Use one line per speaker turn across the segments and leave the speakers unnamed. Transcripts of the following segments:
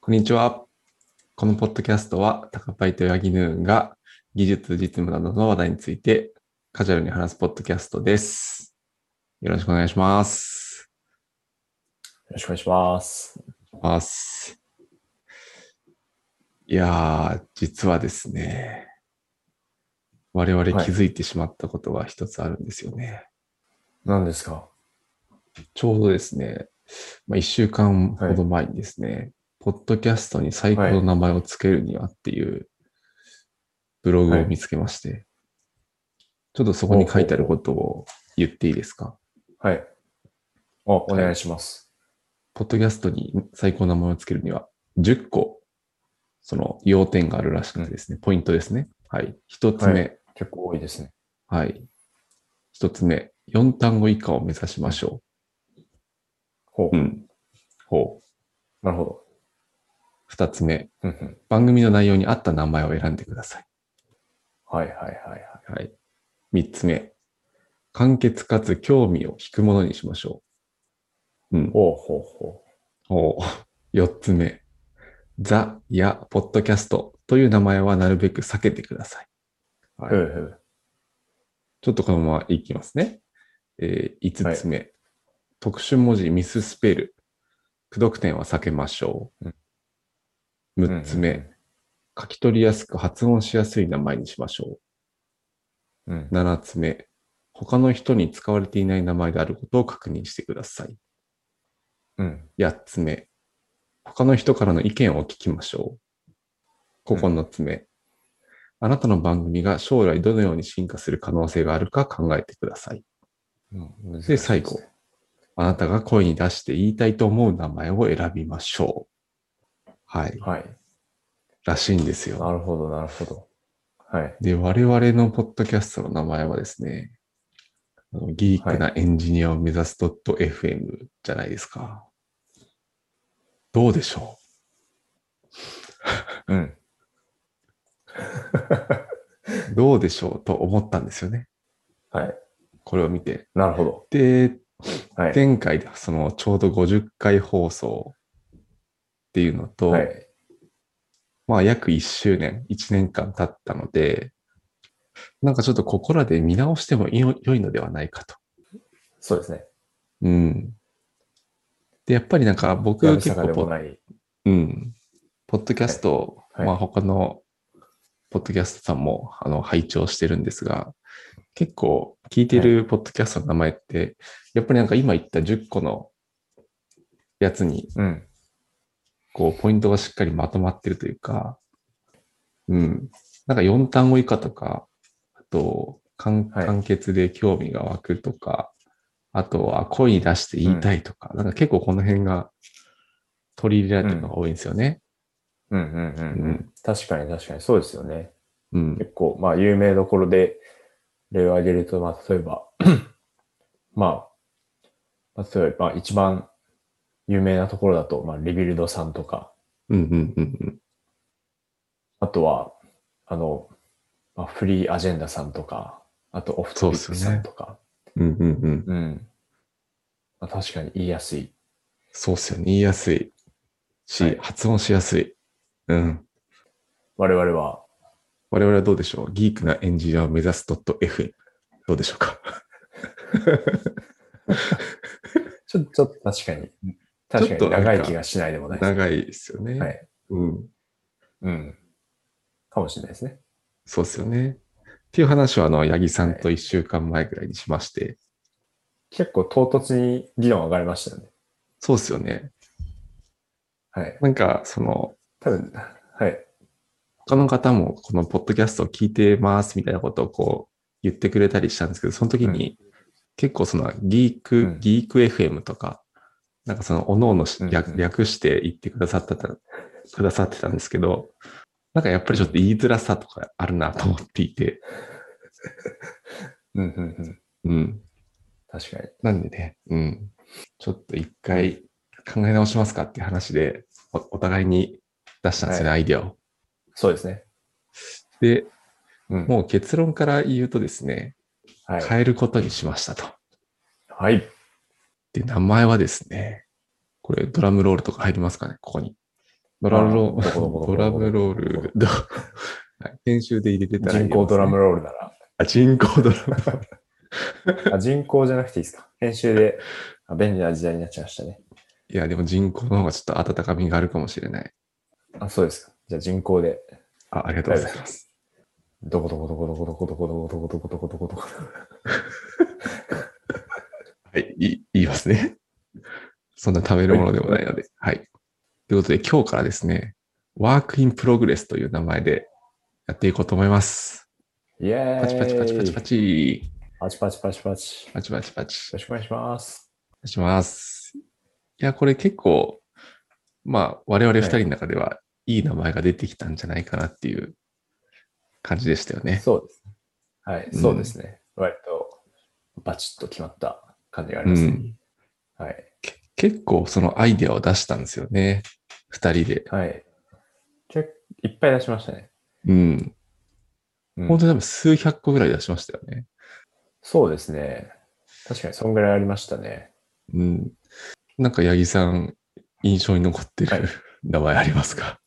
こんにちは。このポッドキャストは、タカパイとヤギヌーンが技術、実務などの話題についてカジュアルに話すポッドキャストです。よろしくお願いします。
よろしくお願いします。
ますいやー、実はですね、我々
はい
気づいてしまったことが一つあるんですよね。
何ですか
ちょうどですね、まあ、1週間ほど前にですね、ポッドキャストに最高の名前をつけるにはっていうブログを見つけまして、ちょっとそこに書いてあることを言っていいですか
はい。お、お願いします。
ポッドキャストに最高の名前をつけるには10個、その要点があるらしくてですね、ポイントですね。はい。1つ目、
結構多いですね。
はい。一つ目、4単語以下を目指しましょ
ほ
う。
う。
ん。ほう。
なるほど。
二つ目、
うんうん
番組の内容に合った名前を選んでください。
はいはいはいはい。
はい。三つ目。簡潔かつ興味を引くものにしましょう。うん。
ほうほうほ
おう四つ目。ザやポッドキャストという名前はなるべく避けてください。
う。
はい。
ふうふう
ちょっとこのままいきますね。えー、五つ目。特殊文字ミススペル。苦読点は避けましょう。
うんうん
六つ目。書き取りやすく発音しやすい名前にしましょう。
うん。
7つ目、他の人に使われていない名前であることを確認してください。
うん。
8つ目、他の人からの意見を聞きましょう。9つ目、あなたの番組が将来どのように進化する可能性があるか考えてください。
うん
で、最後。、あなたが声に出して言いたいと思う名前を選びましょう。はい、
はい。
らしいんですよ。
なるほど、なるほど。はい。
で、我々のポッドキャストの名前はですね、あのギークなエンジニアを目指す .fm じゃないですか。どうでしょ
うん。
うどうでしょうと思ったんですよね。
はい。
これを見て。
なるほど。
で、
はい。
前回でそのちょうど50回放送っていうのと、
はい。
まあ約1周年、1年間経ったので、なんかちょっとここらで見直してもよ良いのではないかと。
そうですね。
うん。で、やっぱりなんか僕
やぶ
結
さか
構
で
ポ
も
ッ
ない。
うん。ポッドキャスト、
はいはい
まあ他のポッドキャストさんもあの拝聴してるんですが、結構聞いてるポッドキャストの名前って、やっぱりなんか今言った10個のやつに、
うん。
こう、ポイントがしっかりまとまってるというか、うん。なんか4単語以下とか、あと、簡
はい
簡潔で興味が湧くとか、あとは声に出して言いたいとか、なんか結構この辺が取り入れられてるのが多いんですよね。
うんうん
う
う
ん
んうん。確かに確かに。そうですよね。
うん。
結構、まあ、有名どころで例を挙げると、まあ、例えば、 まあ、例えば、まあ、一番有名なところだと、まあ、リビルドさんとか、
うんうんうんうん。
あとは、あの、まあ、フリーアジェンダさんとか、あと、オフトピックさんとか、
うんうんうん。
うん。まあ、確かに言いやすい。
そうっすよね。言いやすいし、
はい
発音しやすい。うん。
我々は、
我々はどうでしょうギークなエンジニアを目指す .f。どうでしょうか
ちょ、ちょっと確かに、確か
ちょっ
に
となんか
長い気がしないでもないです。
長いですよね。
はい。
うん。
うん。かもしれないですね。
そうっすよね。っていう話を、あの、八木さんと1週間前ぐらいにしまして、
結構唐突に議論上がりましたよね。
そうっすよね。
はい。
なんか、その、
多分、はい。
他の方もこのポッドキャストを聞いてますみたいなことをこう言ってくれたりしたんですけど、その時に結構そのギーク、
うん
ギーク FM とか、なんかそのおのおのし
うんうん
略略して言ってくださってた、くださってたんですけど、なんかやっぱりちょっと言いづらさとかあるなと思っていて、
うんうんうん。
うん。
確かに。
なんでね、うん。ちょっと一回考え直しますかっていう話で、おお互いに出したんですよね、アイデアを。
そうですね。
で、
うん。
もう結論から言うとですね、
はい。
変えることにしましたと。
はい。
で、名前はですね、これドラムロールとか入りますかね、ここに。ドラロ
あーどこどこどこどこ
ドラムロール、ど はい編集で入れてたらいいで
人
すね
工ドラムロールなら。
あ人工ドラムロ ール。
あ、人工じゃなくていいですか。編集で、あ便利な時代になっちゃいましたね。
いや、でも人工の方がちょっと温かみがあるかもしれない。
あ、そうですか。じゃあ人工で、
あ、ありがとうございます。
どこどこどこどこどこどこどこどこどこどこどこどこ。
はい、い言いますね。そんな食べるものでもないので。はい。ということで、今日からですね、ワークインプログレスという名前でやっていこうと思います。
イェーイ
パチパチパチパチパチ。
パチパチパチパチ。よ
パチパチパチ。
ろしくお願いします。
お願いします。いや、これ結構、まあ、我々二人の中ではいい名前が出てきたんじゃないかなっていう感じでしたよね。
そうですね。はい、
うん
そうですね。割と、バチッと決まった感じがありますね。はい。
結構そのアイデアを出したんですよね。二人で。
はい。結構いっぱい出しましたね。
うん。
うん
本当に多分数百個ぐらい出しましたよね。
そうですね。確かに、そんぐらいありましたね。
うん。なんか八木さん、印象に残ってる、
はい
名前ありますか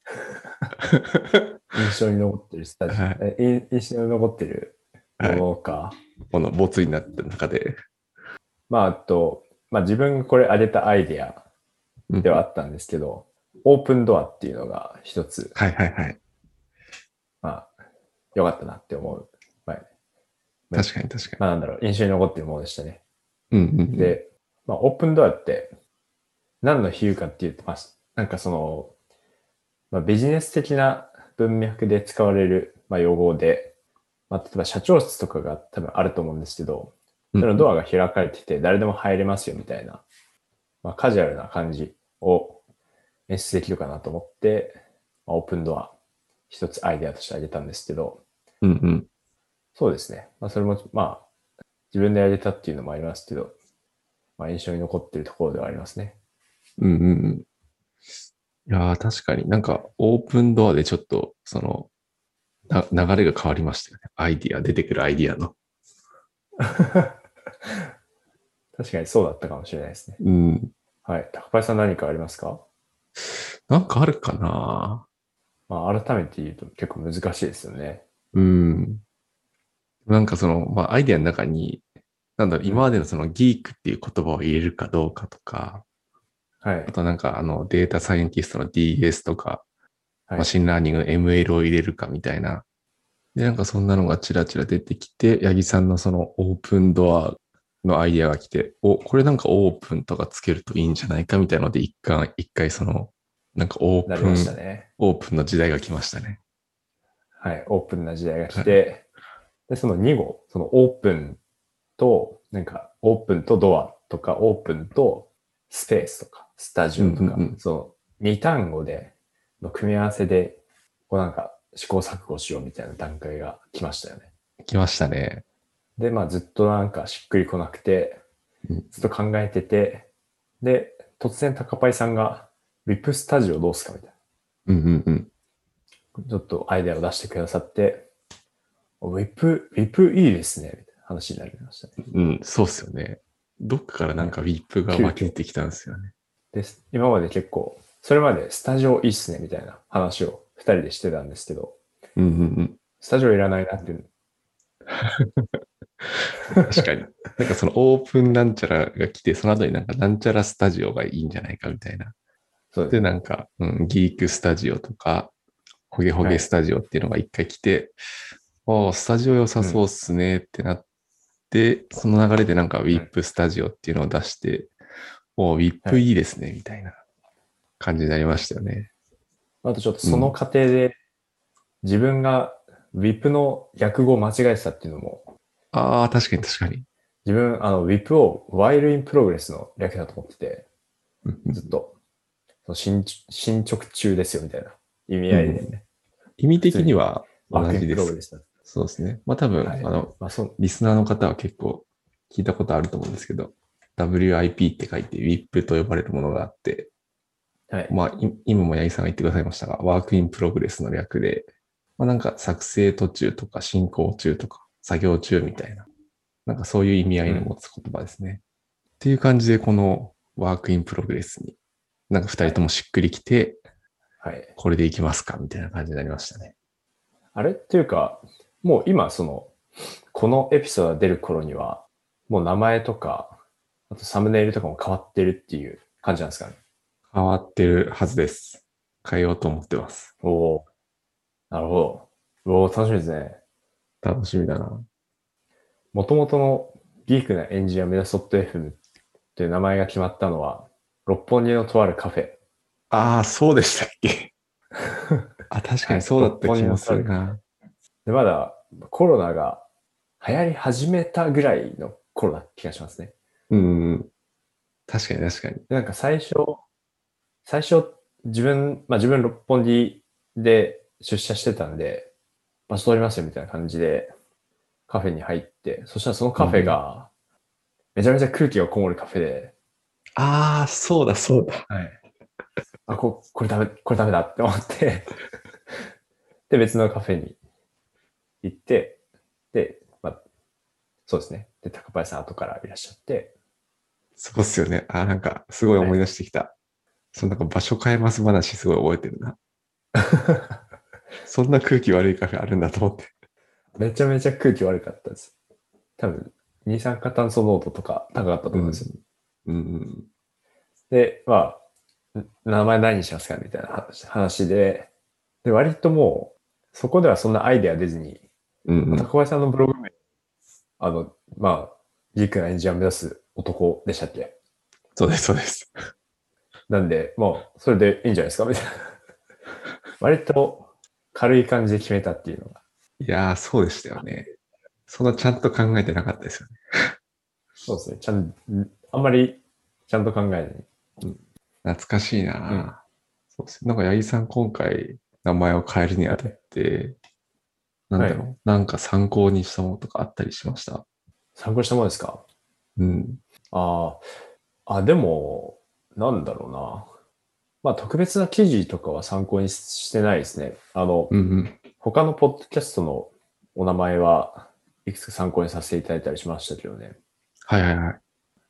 印象に残ってるスタジオ
はい。
えい印象に残ってるものか。
このボツになった中で。
まあ、あと、まあ自分がこれ挙げたアイデア
うん
ではあったんですけど、オープンドアっていうのが一つ、
はいはいはい。
まあ、良かったなって思う。はい
確かに確か
まあなんだろう、印象に残ってるものでしたね。
に。うんうんうん、
で、まあオープンドアって何の比喩かっていうと、まあなんかその、まあビジネス的な文脈で使われる、まあ、用語で、まあ例えば社長室とかが多分あると思うんですけど、
うん
そのドアが開かれてて、誰でも入れますよみたいな、まあ、カジュアルな感じを演出できるかなと思って、まあオープンドア、一つアイデアとしてあげたんですけど、
うんうん。
そうですね。まあ、それも、まあ、自分でやれたっていうのもありますけど、まあ、印象に残ってるところではありますね。
うんうんうん。いやー確かになんかオープンドアでちょっとそのな流れが変わりましたよね。アイディア、出てくるアイディアの。
確かにそうだったかもしれないですね。
うん。
はい。高林さん何かありますか
なんかあるかな
まあ、改めて言うと結構難しいですよね。
うん。なんかその、まあ、アイディアの中に、なんだろう、今までのそのギークっていう言葉を入れるかどうかとか、
はい
あ。となんかあのデータサイエンティストの DS とか、
はい
マシンラーニングの ML を入れるかみたいな。で、なんかそんなのがちらちら出てきて、八木さんのそのオープンドアのアイデアが来て、お、これなんかオープンとかつけるといいんじゃないかみたいなので、一回、一回その、なんかオー
なり
プン、
ましたね。
オープンの時代が来ましたね。
はい。オープンな時代が来て、で、その2号、そのオープンと、なんか、オープンとドアとか、オープンとスペースとか、スタジオとか、
うんうんうん
その2単語で、の組み合わせで、こうなんか、試行錯誤しようみたいな段階が来ましたよね。
来ましたね。
で、まあずっとなんかしっくりこなくて
うん、
ずっと考えてて、で、突然高パイさんが、リップスタジオどうすかみたいな。
うんうんうん。
ちょっとアイデアを出してくださって、ウィップ、ウィップいいですね、みたいな話になりましたね。
うん、そうっすよね。どっかからなんかウィップが湧き出てきたんですよね。
で、今まで結構、それまでスタジオいいっすね、みたいな話を二人でしてたんですけど、
うんうん
スタジオいらないなっていう、
うん。確かに。 なんかそのオープンなんちゃらが来て、その後になんかなんちゃらスタジオがいいんじゃないかみたいな。
そう
で、
です。
なんか、うん、ギークスタジオとか、ホゲホゲスタジオっていうのが一回来て、ああ、スタジオ良さそうっすねってなって、その流れでなんかウィップスタジオっていうのを出して、おうウィップいいですね、みたいな感じになりましたよね。
あとちょっとその過程で、自分がウィップの訳語を間違えてたっていうのも、
ああ、確かに確かに。
自分、あの、ウィップを while in progress の略だと思ってて、
うんうん
ずっと、その進捗進捗中ですよ、みたいな意味合いで、ね
意味的には同じで
work in progress
す。
だった
そうですね。まあ多分、
はい
あの、
まあ、そう
リスナーの方は結構聞いたことあると思うんですけど、WIP って書いて WIP と呼ばれるものがあって、
はい。
まあい今も八木さんが言ってくださいましたが、ワークインプログレスの略で、まあなんか作成途中とか進行中とか作業中みたいな、なんかそういう意味合いの持つ言葉ですね。っていう感じで、このワークインプログレスに、なんか二人ともしっくりきて、
はい。
これでいきますかみたいな感じになりましたね。
あれっていうか、もう今、その、このエピソードが出る頃には、もう名前とか、あとサムネイルとかも変わってるっていう感じなんですかね。
変わってるはずです。変えようと思ってます。
おおなるほど。おお楽しみですね。
楽しみだな。
もともとのギークなエンジニアメダソット FM という名前が決まったのは、六本木のとあるカフェ。
ああ、そうでしたっけ あ、確かにそうだった気もするな。
で、まだコロナが流行り始めたぐらいの頃な気がしますね。
うん。確かに確かに。
で、なんか最初、最初、自分、まあ自分六本木で出社してたんで、場所取りますよみたいな感じで、カフェに入って、そしたらそのカフェが、めちゃめちゃ空気がこもるカフェで、
ああ、そうだそうだ。
あ、こ、これダメ、これダメだって思って、 で、別のカフェに行って、で、まあ、そうですね。で、高林さん後からいらっしゃって、
そうっすよね。あ、なんか、すごい思い出してきた。そのなんか場所変えます話すごい覚えてる な。そんな空気悪いカフェあるんだと思って。
めちゃめちゃ空気悪かったです。多分、二酸化炭素濃度とか高かったと思うんですよ。
うんうん。
で、まあ、ん名前何にしますかみたいな話話で、で、割ともう、そこではそんなアイデア出ずに、
うんうん。
高林さんのブログ名、あの、まあ、ギークなエンジニアを目指す男でしたっけ
そうです、そうです。
なんで、まあ、それでいいんじゃないですかみたいな。 割と軽い感じで決めたっていうのが。
いやー、そうでしたよね。そんなちゃんと考えてなかったですよね。
そうですね。ちゃん、あんまりちゃんと考えずに。
懐かしいな、
うん
そうですね。なんか、八木さん今回、名前を変えるにあたって、なんだろう、
は
なんか参考にしたものとかあったりしました
参考にしたものですか
うん。
ああ、あ、でも、なんだろうな。まあ、特別な記事とかは参考にししてないですね。あの、
うんうん。
他のポッドキャストのお名前はいくつか参考にさせていただいたりしましたけどね。
はいはいはい。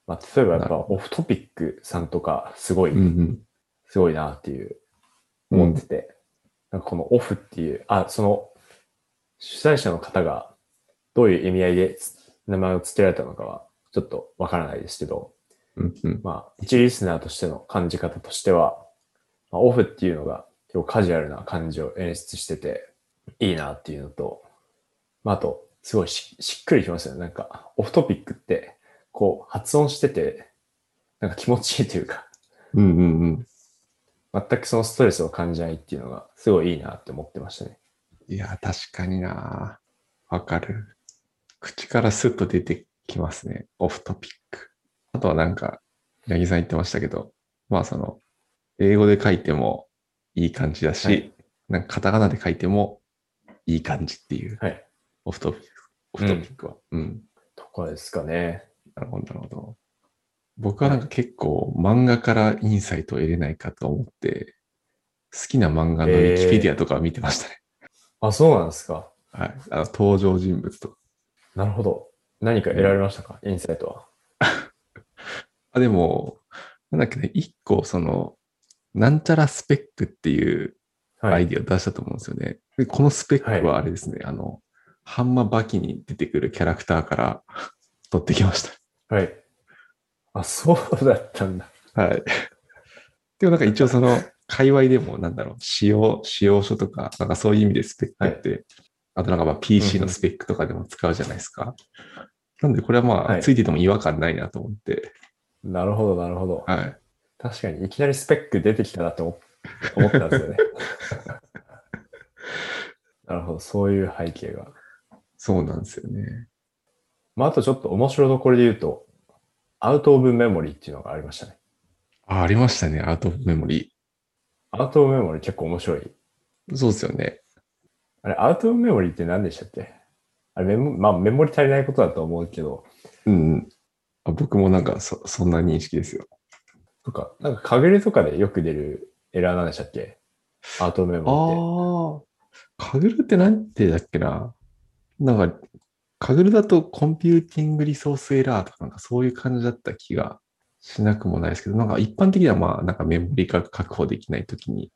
まあ、例えばやっ
なる
ぱオフトピックさんとか、すごい、
うんうん。
すごいなっていう思ってて、なんかこのオフっていう、あ、その、主催者の方がどういう意味合いで名前を付けられたのかは、ちょっとわからないですけど、
うんうん。
まあ、一リスナーとしての感じ方としては、まあ、オフっていうのが結構カジュアルな感じを演出してて、いいなっていうのと、まあ、あと、すごいししっくりきますよね。なんか、オフトピックって、こう、発音してて、なんか気持ちいいというか、
うんうんうん。
全くそのストレスを感じないっていうのが、すごいいいなって思ってましたね。
いや、確かになわかる。口からスッと出てきますね。オフトピック。あとはなんか、八木さん言ってましたけど、まあその、英語で書いてもいい感じだし、
はい
なんかカタカナで書いてもいい感じっていう、
はい。
オフトピック。オフトピックは。うん。
とかですかね。
なるほど、なるほど。僕はなんか結構漫画からインサイトを得れないかと思って、好きな漫画のウィキペディアとかを見てましたね。
あ、そうなんですか。
はい。あの、登場人物とか。
なるほど。何か得られましたか、インサイトは。
あ、でも、なんだっけね、一個、その、なんちゃらスペックっていう
は
アイ
い。
ディアを出したと思うんですよね。でこのスペックはあれですね、あの、ハンマバキに出てくるキャラクターから 取ってきまし
はい。あ、そうだったんだ。
た。はい。 でもなんか一応その、界隈でもなんだろう、使用、使用書とか、なんかそういう意味でスペックって、あとなんかまあ PC のスペックとかでも使うじゃないですか。なんでこれはま
は
あ、
い
ついてても違和感ないなと思って、
なるほど、なるほど。
はい
確かに、いきなりスペック出てきたなって思思ったんですよね。 なるほど、そういう背景が。
そうなんですよね。
まあ、あとちょっと面白どころで言うと、アウト・オブ・メモリーっていうのがありましたね。
あ、ありましたね、アートオブメモリー。
アウト・オブ・メモリー結構面白い。
そうですよね。
あれ、アウト・オブ・メモリーって何でしたっけあれメモ、まあ、メモリ足りないことだと思うけど、
うんうん。あ僕もなんかそ、そんな認識ですよ。
とか、なんか、かぐれとかでよく出るエラーなんでしたっけアウト・オブ・メモ
ああ。カグルって何てだっけななんか、カグルだとコンピューティングリソースエラーとかなんかそういう感じだった気がしなくもないですけど、なんか一般的にはまあなんかメモリが確保できないときに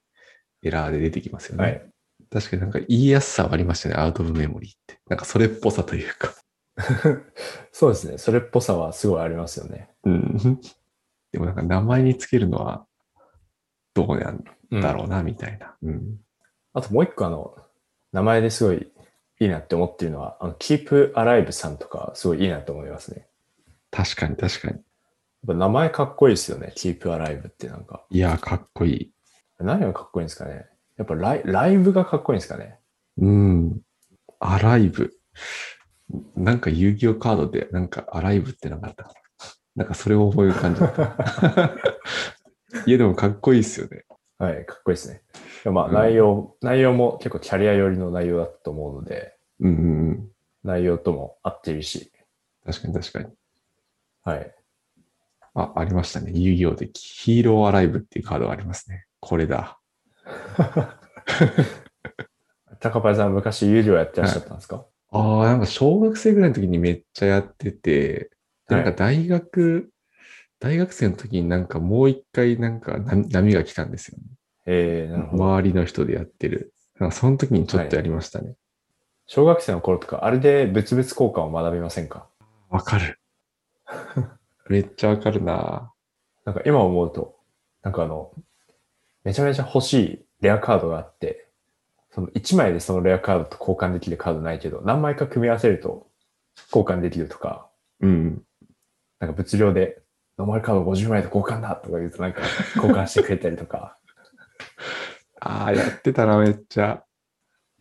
エラーで出てきますよね。
はい。
確かになんか言いやすさはありましたね。アウトオブメモリーって。なんかそれっぽさというか。
そうですね。それっぽさはすごいありますよね。
うん。 でもなんか名前につけるのはどうなん
うん
だろうな、みたいな。うん。
あともう一個あの、名前ですごいいいなって思ってるのは、あの、Keep Alive さんとかすごいいいなと思いますね。
確かに確かに。
やっぱ名前かっこいいですよね。Keep Alive ってなんか。
いやー、かっこいい。
何がかっこいいんですかね。やっぱライライブがかっこいいんですかね。
うん。アライブ。なんか遊戯王カードで、なんかアライブってなかったかな。なんかそれを覚える感じだった。 いや、でもかっこいいですよね。
はい、かっこいいですね。でまあ
うん
内容、内容も結構キャリア寄りの内容だったと思うので、
うんうんうん。
内容とも合ってるし、
確かに確かに。
はい。
あ、ありましたね。遊戯王でヒーローアライブっていうカードがありますね。これだ。
高林さん昔有料やってらっしゃったんですか、
ああ、なんか小学生ぐらいの時にめっちゃやってて、で
は
ないんか大学、大学生の時になんかもう一回なんかな波が来たんですよ、ね。
えー、なるほど。
周りの人でやってる。なんかその時にちょっとやりましたね。
小学生の頃とか、あれで物々交換を学びませんか
わかる。 めっちゃわかるな
なんか今思うと、なんかあの、めちゃめちゃ欲しいレアカードがあって、その1枚でそのレアカードと交換できるカードないけど、何枚か組み合わせると交換できるとか、
うん。
なんか物量で、ノーマルカード50枚と交換だとか言うとなんか交換してくれたりとか、
ああ、やってたな、めっちゃ。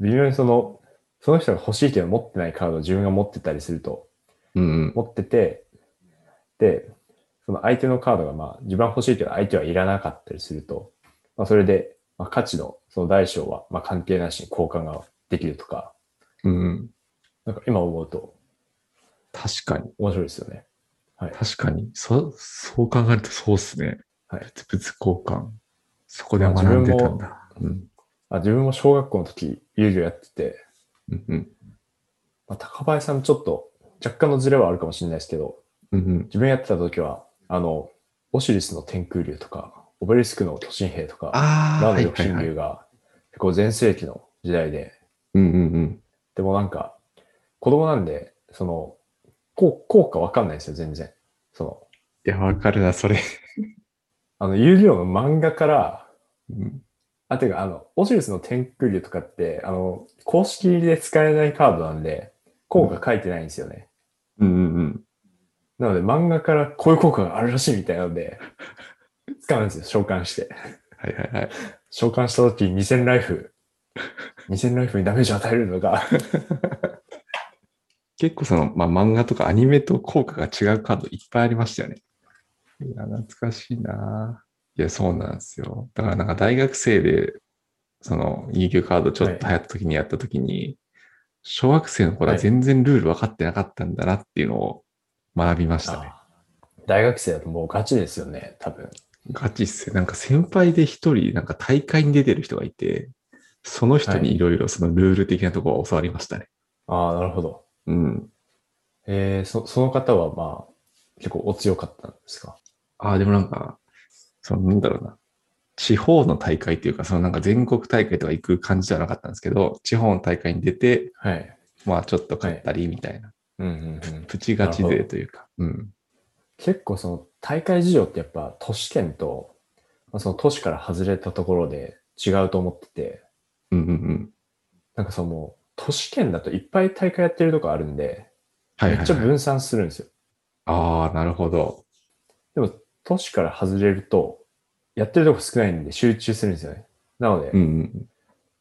微妙にその、その人が欲しいけど持ってないカードを自分が持ってたりすると、
うんうん。
持ってて、で、その相手のカードがまあ自分は欲しいけど相手はいらなかったりすると、まあそれで、まあ、価値のその大小はまあ関係なしに交換ができるとか、
うんうん。
なんか今思うと
確かに。
面白いですよね。
確かに。そ、そう考えるとそうっすね。
はい
物々交換。そこで学んでたんだ。うん。
あ自分も小学校の時遊戯をやってて、
うんうん。
まあ、高林さんちょっと若干のズレはあるかもしれないですけど、
うんうん。
自分やってた時は、あの、オシリスの天空竜とか、オベリスクの巨神兵とか、
ああ、
ラ
は
ー
い
の
は
巨
いは
神
い。
竜が結構全盛期の時代で、
うんうんうん。
でもなんか、子供なんで、その、こう、効果わかんないんですよ、全然。その、
いや、わかるな、それ。
あの、遊戯王の漫画から、
うん
あ、てか、あの、オシリスの天空竜とかって、あの、公式で使えないカードなんで、効果書いてないんですよね。
うんうん
なので、漫画からこういう効果があるらしいみたいなので、使うんですよ、召喚して。
はいはいはい。
召喚した時に2000ライフ、2000ライフにダメージ与えるのが、
結構その、まあ、漫画とかアニメと効果が違うカードいっぱいありましたよね。いや、懐かしいないや、そうなんですよ。だからなんか大学生で、その、遊戯王カードちょっと流行った時にやった時に、小学生の頃は全然ルール分かってなかったんだなっていうのを学びましたね。
大学生だともうガチですよね、多分。
ガチっすよ。なんか先輩で一人、なんか大会に出てる人がいて、その人にいろいろそのルール的なところを教わりましたね。
ああ、なるほど。
うん。
えー、そその方は、まあ、結構お強かったんですか
ああ、でもなんか、その、なんだろうな。地方の大会っていうか、そのなんか全国大会とか行く感じじゃなかったんですけど、地方の大会に出て、
はい。
まあちょっと勝ったりみたいな、
うんうんうん、
プチガチ勢というか、うん。
結構その大会事情ってやっぱ都市圏と、まあ、その都市から外れたところで違うと思ってて、
うんうんうん。
なんかその都市圏だといっぱい大会やってるとこあるんで、
はいはい、
めっちゃ
はい。
分散するんですよ。
ああ、なるほど。
でも都市から外れると、やってるとこ少ないんで集中するんですよね。なので、
うんうん。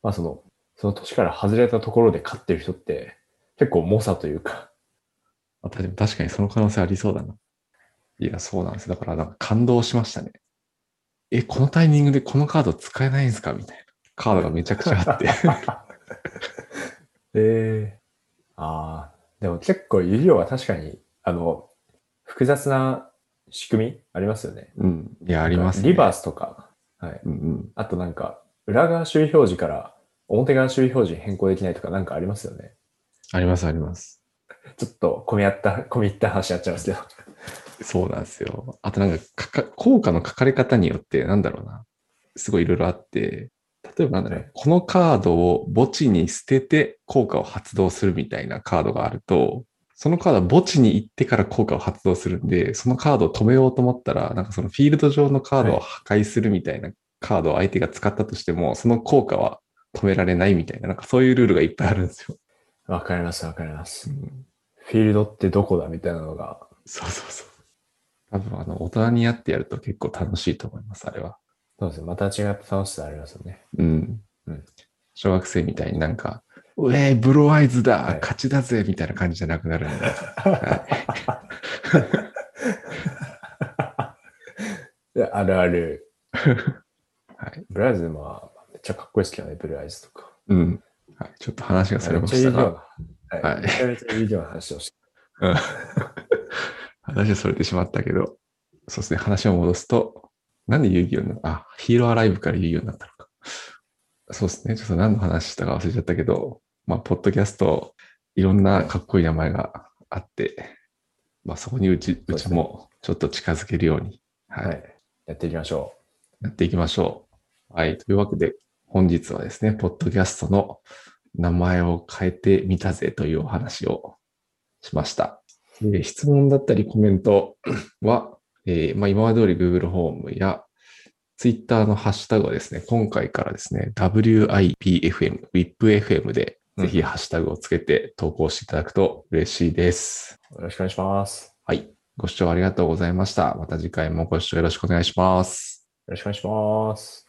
まあその、その都市から外れたところで勝ってる人って結構猛者というか、
あ確かに確かにその可能性ありそうだな。いや、そうなんです。だから、なんか感動しましたね。え、このタイミングでこのカード使えないんですかみたいな。カードがめちゃくちゃあ って。
ええああ。でも結構、湯量は確かに、あの、複雑な仕組みありますよね。
うん。いや、ありますね。
リバースとか、はい。
うんうん。
あとなんか、裏側周囲表示から表側周囲表示に変更できないとかなんかありますよね。
あります、あります。
ちょっと混み合った、混み入った話やっちゃいますけど。
そうなんですよ。あとなんかかか効果の書かれ方によって、なんだろうな。すごいいろいろあって、例えばなんだろう、
はい
このカードを墓地に捨てて効果を発動するみたいなカードがあると、そのカードは墓地に行ってから効果を発動するんで、そのカードを止めようと思ったら、なんかそのフィールド上のカードを
はい
破壊するみたいなカードを相手が使ったとしても、その効果は止められないみたいな、なんかそういうルールがいっぱいあるんですよ。
わかります、わかります
う。ん
フィールドってどこだみたいなのが。
そうそうそう。多分あの、大人になってやると結構楽しいと思います、あれは。
そうですね。また違った楽しさありますよね。
うん
うん。
小学生みたいになんか、うえー、ブローアイズだ、
はい
勝ちだぜみたいな感じじゃなくなるんで。
いやあるある。
はい。
ブライズはめっちゃかっこいいですけどね、ブルーアイズとか。
うん。はい、ちょっと話がそれま
めっ
し
ちゃ
た
いいよ
が、
うな。は
は
い。
い
めちゃめちゃいいような話をして。
話がそれてしまったけど、そうですね、話を戻すと、なんで遊戯王になったあ、ヒーローアライブから遊戯王になったのか。そうですね、ちょっと何の話したか忘れちゃったけど、まあ、ポッドキャスト、いろんなかっこいい名前があって、まあ、そこにうち、うちもちょっと近づけるように、はい
はい。やっていきましょ
やっていきましょう。はい。というわけで、本日はですね、ポッドキャストの名前を変えてみたぜというお話をしました。えー質問だったりコメントは、えーまあ、今まで通り Google ホームや Twitter のハッシュタグはですね、今回からですね、WIPFM、WIPFM でぜひハッシュタグをつけて投稿していただくと嬉しいです。
う。よろしくお願いします。
はい。ご視聴ありがとうございました。また次回もご視聴よろしくお願いします。
よろしくお願いします。